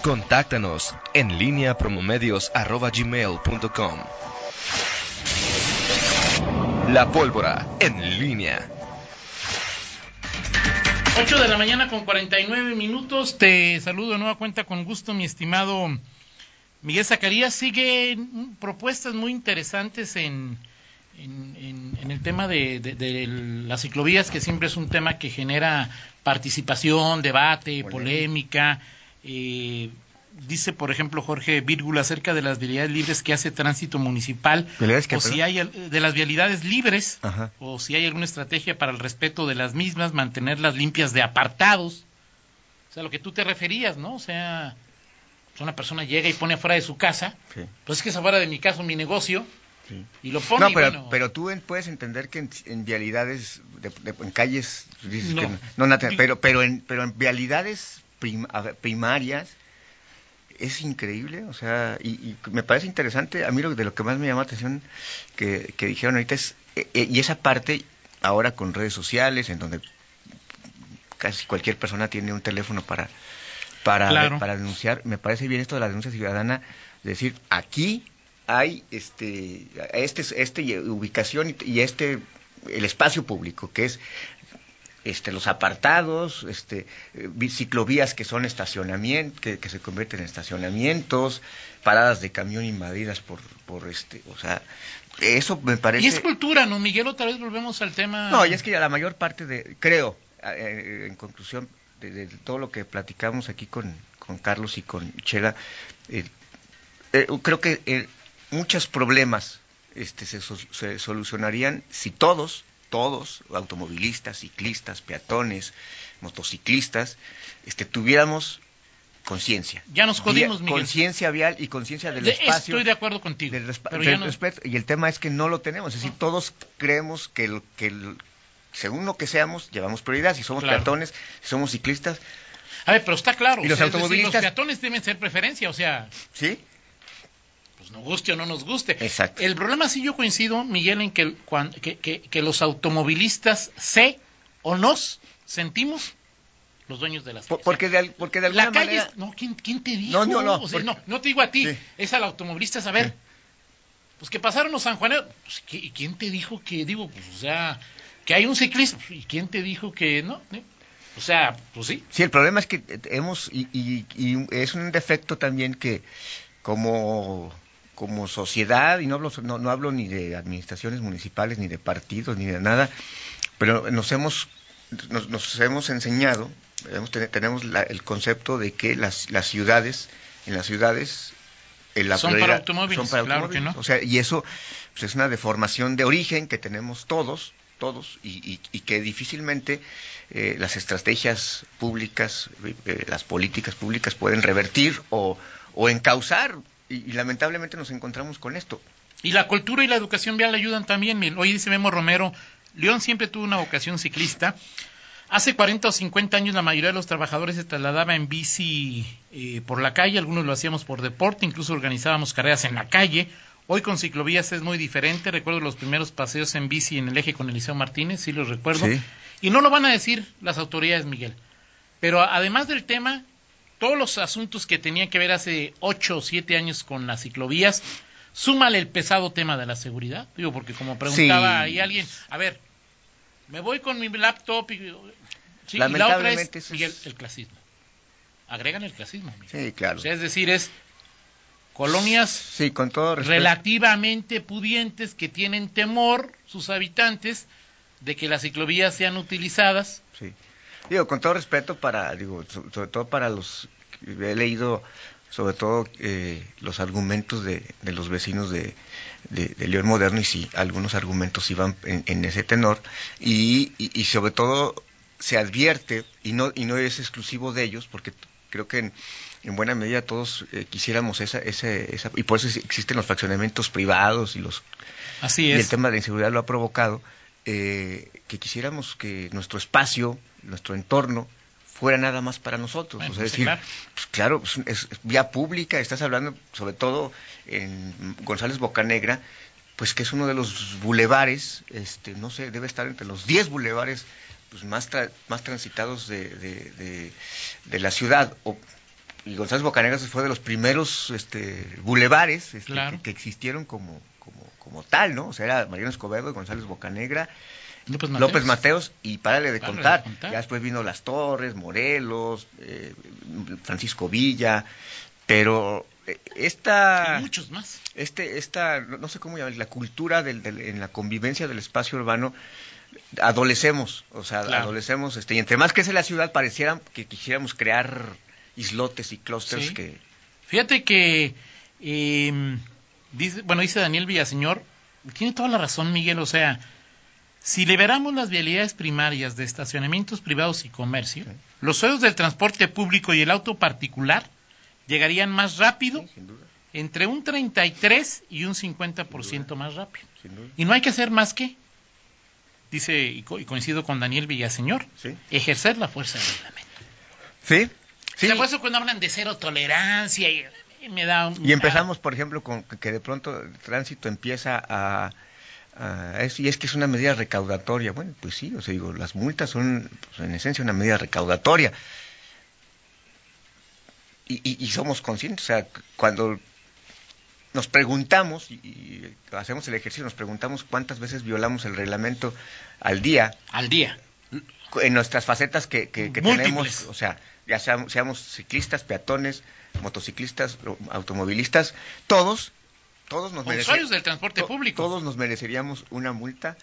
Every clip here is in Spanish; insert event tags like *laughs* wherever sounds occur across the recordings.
Contáctanos en línea promomedios.com. La pólvora en línea. 8 de la mañana con 49 minutos. Te saludo de nueva cuenta con gusto, mi estimado Miguel Zacarías. Sigue propuestas muy interesantes en, en, en, en el tema de, de, de, las ciclovías, que siempre es un tema que genera participación, debate, polémica. Eh, dice, por ejemplo, Jorge Vírgula acerca de las vialidades libres que hace tránsito municipal. ¿Vialidades qué, o si perdón? hay al- de las vialidades libres Ajá. o si hay alguna estrategia para el respeto de las mismas, mantenerlas limpias de apartados. O sea, lo que tú te referías, ¿no? O sea, pues una persona llega y pone afuera de su casa, Sí, pues es que es afuera de mi casa mi negocio, sí. y lo pone No, y pero, bueno, pero tú en- puedes entender que en, en vialidades, de- de- en calles, dices No. que no, no, nada, pero, pero, en, pero en vialidades prim- a ver, primarias es increíble, o sea, y, y me parece interesante, a mí lo, de lo que más me llamó la atención que, que dijeron ahorita es, e- e- y esa parte ahora con redes sociales, en donde casi cualquier persona tiene un teléfono para para, Claro. para denunciar. Me parece bien esto de la denuncia ciudadana, decir, aquí hay este, este, este y- ubicación y, y este, el espacio público, que es este, los apartados, este, eh, vi- ciclovías que son estacionamientos, que, que se convierten en estacionamientos, paradas de camión invadidas por, por este, o sea, eso me parece... y es cultura, ¿no, Miguel? Otra vez volvemos al tema. No, y es que ya la mayor parte de, creo, eh, en conclusión, de, de todo lo que platicamos aquí con, con Carlos y con Chela, eh, eh, creo que eh, muchos problemas este, se, so- se solucionarían si todos, todos, automovilistas, ciclistas, peatones, motociclistas, este, tuviéramos conciencia. Ya nos jodimos, Vía- Miguel. Conciencia vial y conciencia del De- espacio Estoy de acuerdo contigo. del resp- pero del ya no- respeto. Y el tema es que no lo tenemos. Es decir, todos creemos que, el- que el- según lo que seamos, llevamos prioridad. Si somos Claro. peatones, si somos ciclistas, A ver, pero está claro. Y los o sea, es decir, automovilistas- los peatones deben ser preferencia, o sea, ¿sí? pues nos guste o no nos guste. Exacto. El problema sí yo coincido, Miguel, en que, el- cuan- que, que- que los automovilistas se o nos sentimos los dueños de las Po- calles. porque, de, al- porque de alguna la calle manera... es- no quién quién te dijo No, no, no, O sea, porque- no no te digo a ti Sí. es al automovilista saber Sí. pues que pasaron los sanjuaneros pues, ¿qué- y quién te dijo que digo pues o sea que hay un ciclista pues, y quién te dijo que no ¿Eh? o sea pues sí Sí, el problema es que eh, hemos... Y, y- y es un defecto también que como como sociedad, y no hablo, no, no hablo ni de administraciones municipales, ni de partidos, ni de nada, pero nos hemos nos, nos hemos enseñado hemos ten- tenemos la- el concepto de que las, las ciudades en las ciudades eh, la Son para prioridad- automóviles, son para claro automóviles. que no. o sea y eso pues, es una deformación de origen que tenemos todos todos y, y- y que difícilmente eh, las estrategias públicas eh, las políticas públicas pueden revertir o, o encauzar y- y lamentablemente nos encontramos con esto Y la cultura y la educación vial ayudan también. miren. Hoy dice Memo Romero, León siempre tuvo una vocación ciclista. Hace 40 o 50 años la mayoría de los trabajadores se trasladaba en bici eh, por la calle, algunos lo hacíamos por deporte, incluso organizábamos carreras en la calle. Hoy con ciclovías es muy diferente. Recuerdo los primeros paseos en bici en el eje con Eliseo Martínez, sí los recuerdo. Sí. Y no lo van a decir las autoridades, Miguel. Pero a- además del tema, todos los asuntos que tenían que ver hace ocho o siete años con las ciclovías, súmale el pesado tema de la seguridad. Digo, porque como preguntaba Sí. ahí alguien, a ver, me voy con mi laptop y, sí, y la otra es, Lamentablemente eso es- Miguel, el clasismo. Agregan el clasismo. Miguel. sí claro O sea, es decir, es colonias sí con todo respeto relativamente pudientes que tienen temor sus habitantes de que las ciclovías sean utilizadas. Sí. Digo, con todo respeto para, digo, so- sobre todo para los, he leído sobre todo eh, los argumentos de, de los vecinos de, de, de León Moderno y sí, algunos argumentos iban en, en ese tenor y, y, y sobre todo se advierte y no, y no es exclusivo de ellos porque creo que en, en buena medida todos eh, quisiéramos esa, esa, esa, y por eso existen los fraccionamientos privados y los Así y el tema de la inseguridad lo ha provocado, eh, que quisiéramos que nuestro espacio, nuestro entorno, fuera nada más para nosotros. Bueno, o sea, pues, decir, claro. pues, claro, pues, es, es vía pública, estás hablando sobre todo en González Bocanegra, pues que es uno de los bulevares, este, no sé, debe estar entre los 10 bulevares pues, más, tra- más transitados de, de- de- de la ciudad. O, y González Bocanegas fue de los primeros este, bulevares este, Claro. que, que existieron como, como, como tal, ¿no? O sea, era Mariano Escobedo, González Bocanegra, López López Mateos y párale de, Párale de contar. contar. Ya después vino Las Torres, Morelos, eh, Francisco Villa, pero eh, esta... Y muchos más. Este, esta, no no sé cómo llamar, la cultura del, del- en la convivencia del espacio urbano, adolecemos, o sea, Claro. adolecemos, este, y entre más crece la ciudad, pareciera que quisiéramos crear islotes y clústeres Sí. que... Fíjate que, eh, dice, bueno, dice Daniel Villaseñor, tiene toda la razón Miguel, o sea, si liberamos las vialidades primarias de estacionamientos privados y comercio, los sueldos del transporte público y el auto particular llegarían más rápido, Sin duda, entre un 33 y un 50% más rápido. sin duda. Y no hay que hacer más que, dice, y co- y coincido con Daniel Villaseñor, Sí, ejercer la fuerza de la ley. sí. sí. O sea, por eso cuando hablan de cero tolerancia, y, y me da un- Y empezamos, por ejemplo, con que que de pronto el tránsito empieza a... a- es- y es que es una medida recaudatoria. Bueno, pues sí, o sea, digo, las multas son pues, en esencia una medida recaudatoria. Y, y- y somos conscientes, o sea, c- cuando nos preguntamos y, y hacemos el ejercicio, nos preguntamos cuántas veces violamos el reglamento al día Al día. en nuestras facetas que, que- que Múltiples. tenemos, o sea, ya seamos, seamos ciclistas, peatones, motociclistas, o automovilistas, todos, todos nos O merece- usuarios del transporte to- público. Todos nos mereceríamos una multa.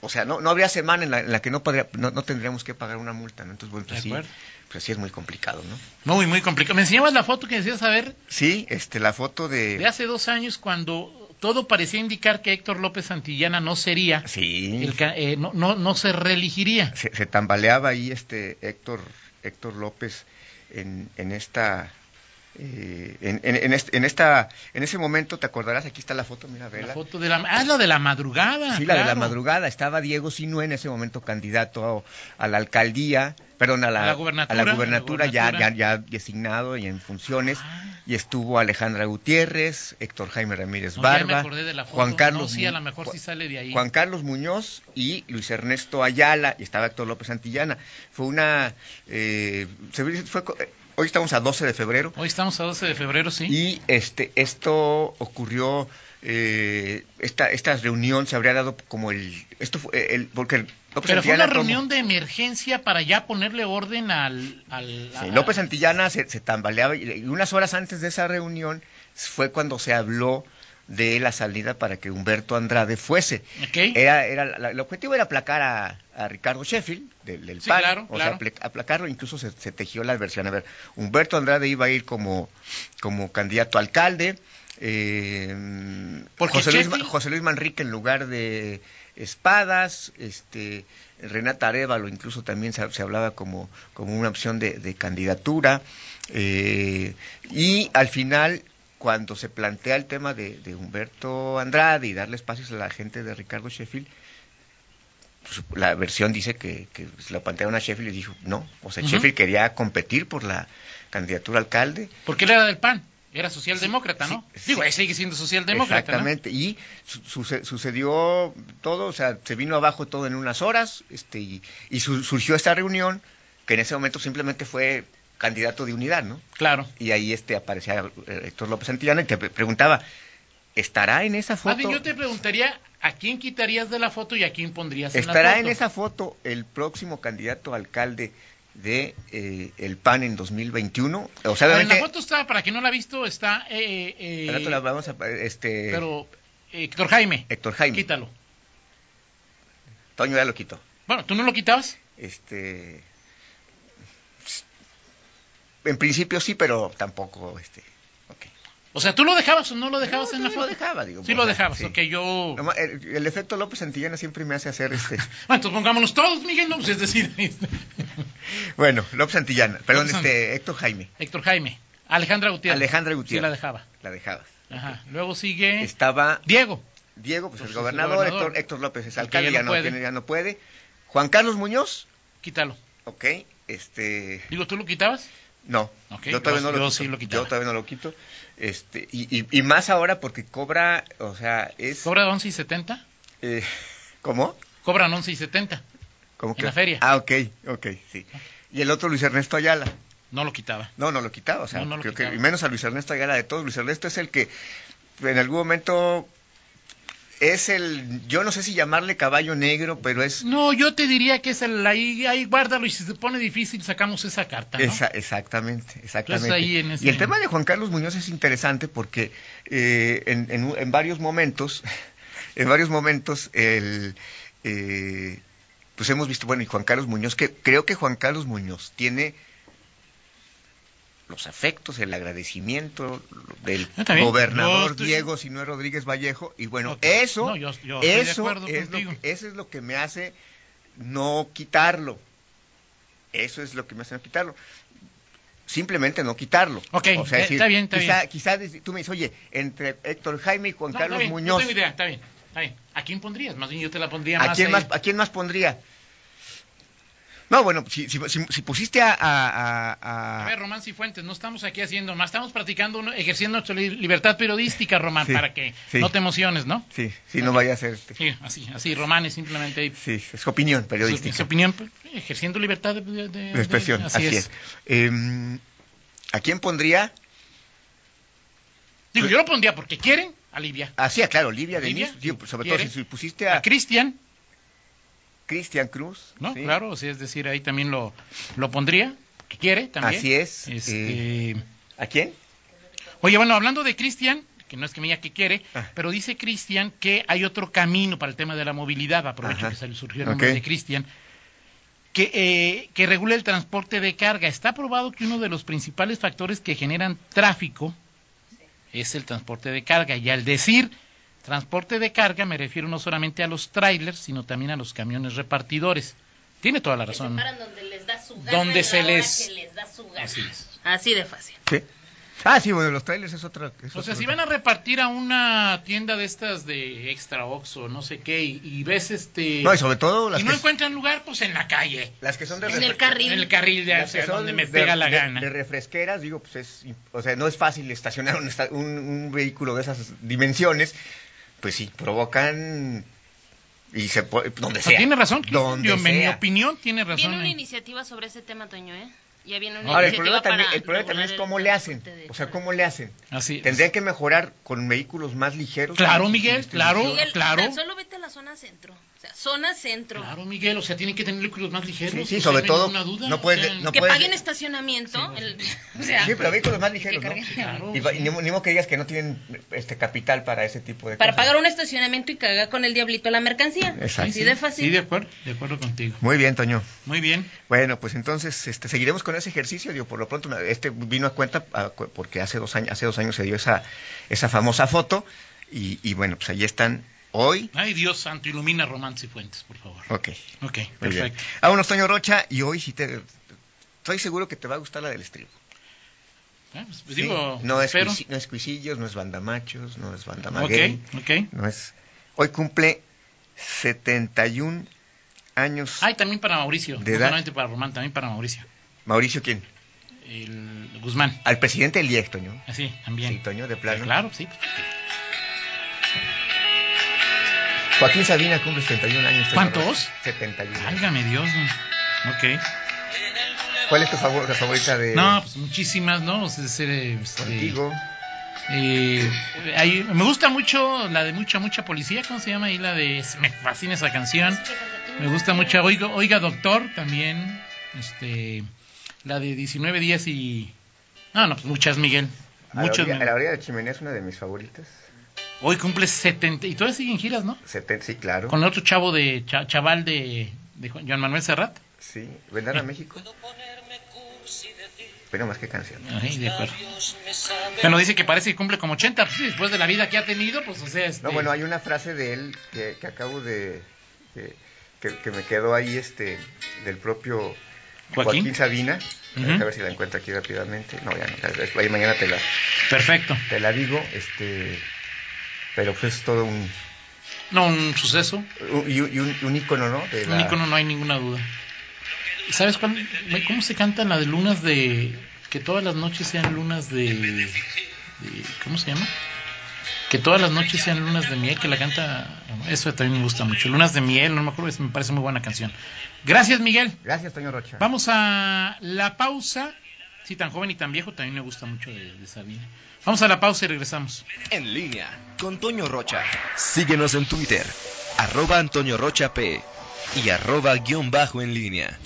O sea, no, no habría semana en la, en la que no, podría- no, no tendríamos que pagar una multa, ¿no? Entonces, bueno, pues De sí, acuerdo. pues sí es muy complicado, ¿no? Muy, muy complicado. Me enseñabas la foto que decías, a ver, Sí, este, la foto de... de hace dos años cuando todo parecía indicar que Héctor López Santillana no sería, Sí, el ca- eh, no, no, no se reelegiría. se, se tambaleaba ahí este Héctor Héctor López en, en esta eh, en, en, en este- en esta en ese momento te acordarás aquí está la foto mira La vela foto de la... Ah, la de la madrugada. sí la de la claro. madrugada estaba Diego Sinue en ese momento candidato a, a la alcaldía perdón a la, A la gubernatura, a la gubernatura, a la ya, ya gubernatura. ya designado y en funciones Ah. y estuvo Alejandra Gutiérrez Héctor Jaime Ramírez No, ya me Barba acordé de la foto. Juan Carlos No, sí, a Mu- lo mejor sí sale de ahí. Juan Carlos Muñoz y Luis Ernesto Ayala, y estaba Héctor López Antillana. Fue una... eh, se ve- fue co- eh, hoy estamos a 12 de febrero Hoy estamos a 12 de febrero, sí. y este esto ocurrió... eh, esta, esta reunión se habría dado como el... Esto fue el... Porque López Pero fue una como- reunión de emergencia para ya ponerle orden al... al Sí, a- López Antillana se, se tambaleaba y y unas horas antes de esa reunión fue cuando se habló de la salida para que Humberto Andrade fuese. Ok. Era, era la- la- el objetivo era aplacar a, a Ricardo Sheffield del, del Sí, PAN, claro, o claro. sea, aple- aplacarlo, incluso se, se tejió la versión. A ver, Humberto Andrade iba a ir como, como candidato a alcalde, eh, Porque José, Luis, Ma- Sheffield- José Luis Manrique en lugar de Espadas, este Renata Arevalo incluso también se, se hablaba como, como una opción de, de candidatura, eh, y al final cuando se plantea el tema de, de Humberto Andrade y darle espacios a la gente de Ricardo Sheffield, pues, la versión dice que, que se la plantearon a Sheffield y dijo no. O sea, Ujú. Sheffield quería competir por la candidatura a alcalde. Porque él era del PAN, era socialdemócrata, ¿no? sí, sí. Digo, ahí sigue siendo socialdemócrata, ¿no? Exactamente. Y su- suce- sucedió todo, o sea, se vino abajo todo en unas horas este, y, y su- surgió esta reunión que en ese momento simplemente fue candidato de unidad, ¿no? Claro. Y ahí este aparecía eh, Héctor López Santillana y te pre- preguntaba, ¿estará en esa Más foto? bien, Ah, yo te preguntaría, ¿a quién quitarías de la foto y a quién pondrías en la ¿Estará foto? en esa foto el próximo candidato a alcalde de eh, el PAN en 2021? O sea, Ah, En obviamente, la foto está, para quien no la ha visto, está... eh, eh, al rato la vamos a, este, pero, eh, Héctor Jaime, Héctor Jaime. quítalo. Toño ya lo quitó. Bueno, ¿tú no lo quitabas? Este, en principio sí, pero tampoco, este, ok. O sea, ¿tú lo dejabas o no lo dejabas No, en la no foto? Lo dejaba, digo. Sí o lo sea, dejabas, sí. ok, yo... Nomás, El, el efecto López Santillana siempre me hace hacer este. *laughs* Bueno, entonces pongámonos todos, Miguel, no, pues *laughs* es decir, bueno, López Santillana, perdón, López este, Héctor Jaime, Héctor Jaime, Alejandra Gutiérrez. Alejandra Sí Gutiérrez. Este. la dejaba. la dejaba. Ajá. Luego sigue Estaba Diego. Diego, pues el Entonces, gobernador, ¿Eh? el gobernador. Héctor, Héctor López es El que alcalde, ya ya no no, puede. tiene- ya no puede. Juan Carlos Muñoz, Quítalo. ok, este, Digo, ¿tú lo quitabas? no, Ok, yo todavía yo- no lo yo quito, sí lo quitaba. yo todavía no lo quito, este, y, y- y más ahora porque cobra, o sea, es, ¿Cobra 11 y 70? eh, ¿cómo? Cobran 11 y 70. ¿Cómo En la feria. Ah, ok, ok, sí. Y el otro Luis Ernesto Ayala, No lo quitaba. No, no lo quitaba, o sea, No, no lo creo quitaba. que y menos a Luis Ernesto Ayala de todos. Luis Ernesto es el que en algún momento es el, yo no sé si llamarle caballo negro, pero es No, yo te diría que es el ahí, ahí guárdalo y si se pone difícil sacamos esa carta. ¿no? Esa- exactamente, exactamente. Entonces, ahí en ese- Y el tema de Juan Carlos Muñoz es interesante porque eh, en, en- en varios momentos, *laughs* en varios momentos, el, eh, pues hemos visto, bueno, y Juan Carlos Muñoz, que creo que Juan Carlos Muñoz tiene los afectos, el agradecimiento del Yo también. Yo gobernador estoy- Diego Sinue Rodríguez Vallejo, y bueno, Ok. eso, No, yo- yo estoy de eso, acuerdo es lo, contigo. que- eso es lo que me hace no quitarlo. Eso es lo que me hace no quitarlo. Simplemente no quitarlo. Ok, O sea, eh, decir, está bien, está quizá, bien. quizá des- tú me dices, oye, entre Héctor Jaime y Juan No, Carlos está bien, no Muñoz, tengo idea, está bien, está bien. ¿A quién pondrías? Más bien yo te la pondría ¿a más. quién, ahí. más, ¿a quién más pondría? No, bueno, si, si- si- si pusiste a... a- a- a- A ver, Román Cifuentes, no estamos aquí haciendo más, estamos practicando, uno- ejerciendo nuestra li- libertad periodística, Román, Sí, para que sí. no te emociones, ¿no? sí, sí, no vaya a ser... este, Sí, así, así, Román es simplemente ahí, Sí, es opinión su, periodística. su opinión, pues, ejerciendo libertad de, de- de- de expresión, de- así, es. Em, ¿A quién pondría? Digo, yo lo pondría porque quieren a Livia, Así, Ah, claro, Livia Livia, Denis, digo, sobre ¿quiere? todo si pusiste a a Cristian, Cristian Cruz. ¿no? sí. Claro, o sea, es decir, ahí también lo, lo pondría, que quiere también. Así es, eh. Este, ¿A quién? Oye, bueno, hablando de Cristian, que no es que me diga que quiere, Ah. pero dice Cristian que hay otro camino para el tema de la movilidad, aprovecho Ajá. que salió- surgió el nombre Ok. de Cristian, que, eh, que regule el transporte de carga. Está probado que uno de los principales factores que generan tráfico es el transporte de carga. Y al decir transporte de carga me refiero no solamente a los trailers, sino también a los camiones repartidores. Tiene toda la Que se razón. paran donde les da su gana. Donde en la se hora les- que les da su gana. Así es. Así de fácil. Sí. Ah, sí, bueno, los trailers es otra. es O sea, otro- si van a repartir a una tienda de estas de extra oxo, no sé qué, y, y ves este... No, y sobre todo y las, no que, encuentran lugar, pues en la calle. las que son de En el refres- carril. En el carril de las que hacia son donde me de- pega la de- gana. De refresqueras, digo, pues es. O sea, no es fácil estacionar un, esta- un- un vehículo de esas dimensiones. Pues sí, provocan. Y se po- Donde No, sea. Pues tiene razón, Donde yo, en mi sea. opinión tiene razón. Viene una eh. iniciativa sobre ese tema, Toño, ¿eh? Ya viene una Ahora, el iniciativa problema, también, para el problema también es regular el cómo le hacen. transporte de O sea, carga. cómo le hacen. Así es. Tendrían que mejorar con vehículos más ligeros. Claro, Con- Miguel, con- claro, Miguel, claro. tan solo vete a la zona centro. O sea, zona centro. Claro, Miguel, o sea, tienen que tener vehículos más ligeros. Sí, sí, o sea, sobre hay todo, ninguna duda, no o puedes- sea, no que puedes- paguen estacionamiento. el- *laughs* o sea, Sí, pero vehículos más ligeros, que ¿no? carguen. Claro, Y, va- sí. y ni, mo- ni modo que digas que no tienen este capital para ese tipo de Para cosas. pagar un estacionamiento y cagar con el diablito la mercancía. Exacto. Así de fácil. Sí, de acuerdo, de acuerdo contigo. Muy bien, Toño. Muy bien. Bueno, pues entonces este, seguiremos con ese ejercicio. Digo, por lo pronto, me- este vino a cuenta a cu- porque hace dos años, hace dos años se dio esa, esa famosa foto. Y, y bueno, pues ahí están hoy. Ay, Dios santo, ilumina Román Cifuentes, por favor. Ok, Ok, muy bien. perfecto. Vámonos, Toño Rocha. Y hoy sí te. Estoy seguro que te va a gustar la del estribo. Ah, pues, ¿sí? digo, no, es espero. cuisi- no es cuisillos, no es bandamachos, no es Ok, bandamaguey. ok. No es. Hoy cumple 71 años. Ay, Ah, también para Mauricio. ¿De no edad? solamente para Román, también para Mauricio. Mauricio, ¿quién? El Guzmán. Al presidente del IEC, Toño. Así, también. Sí, Toño, de plano. Claro, sí. pues, Joaquín Sabina cumple 71 años. este Toño ¿Cuántos? Rocha. 71. Válgame Dios. ¿no? Ok. Eh, ¿Cuál es tu favor- la favorita de No, pues muchísimas, ¿no? O sea, ser, eh, este, contigo? eh, hay- me gusta mucho la de Mucha, Mucha Policía, ¿cómo se llama? Y la de... Me fascina esa canción. Me gusta mucho Oiga, Oiga Doctor también. Este, la de 19 días y... No, no, pues muchas, Miguel. A, la Muchas. orilla, Miguel. a la orilla de la chimenea es una de mis favoritas. Hoy cumple 70... Y todavía siguen giras, ¿no? 70, sí, claro. Con el otro chavo de... cha- chaval de... De Juan Juan Manuel Serrat. Sí, vendrán a México. Pero más que canción. Ay, de acuerdo. Bueno, dice que parece que cumple como 80, pues, sí, después de la vida que ha tenido, pues o sea, este, No, bueno, hay una frase de él que, que acabo de... que- que, que me quedó ahí este del propio Joaquín, Joaquín. Sabina. Ujú. A ver si la encuentro aquí rápidamente. No, ya no. la- Ahí mañana te la, Perfecto. te la digo. Este, pero pues es todo un, No, un suceso, un- y un, y un- un ícono, ¿no? De la- un icono, no hay ninguna duda. ¿Sabes cuál, cómo se canta la de lunas de... que todas las noches sean lunas de... de- ¿Cómo se llama? Que todas las noches sean lunas de miel, que la canta... Eso también me gusta mucho. Lunas de miel, no me acuerdo, es- me parece muy buena canción. Gracias, Miguel. Gracias, Toño Rocha. Vamos a la pausa Sí, tan joven y tan viejo también me gusta mucho de, de Sabina. Vamos a la pausa y regresamos. En línea con Toño Rocha. Síguenos en Twitter, arroba Antonio Rocha P y arroba guión bajo en línea.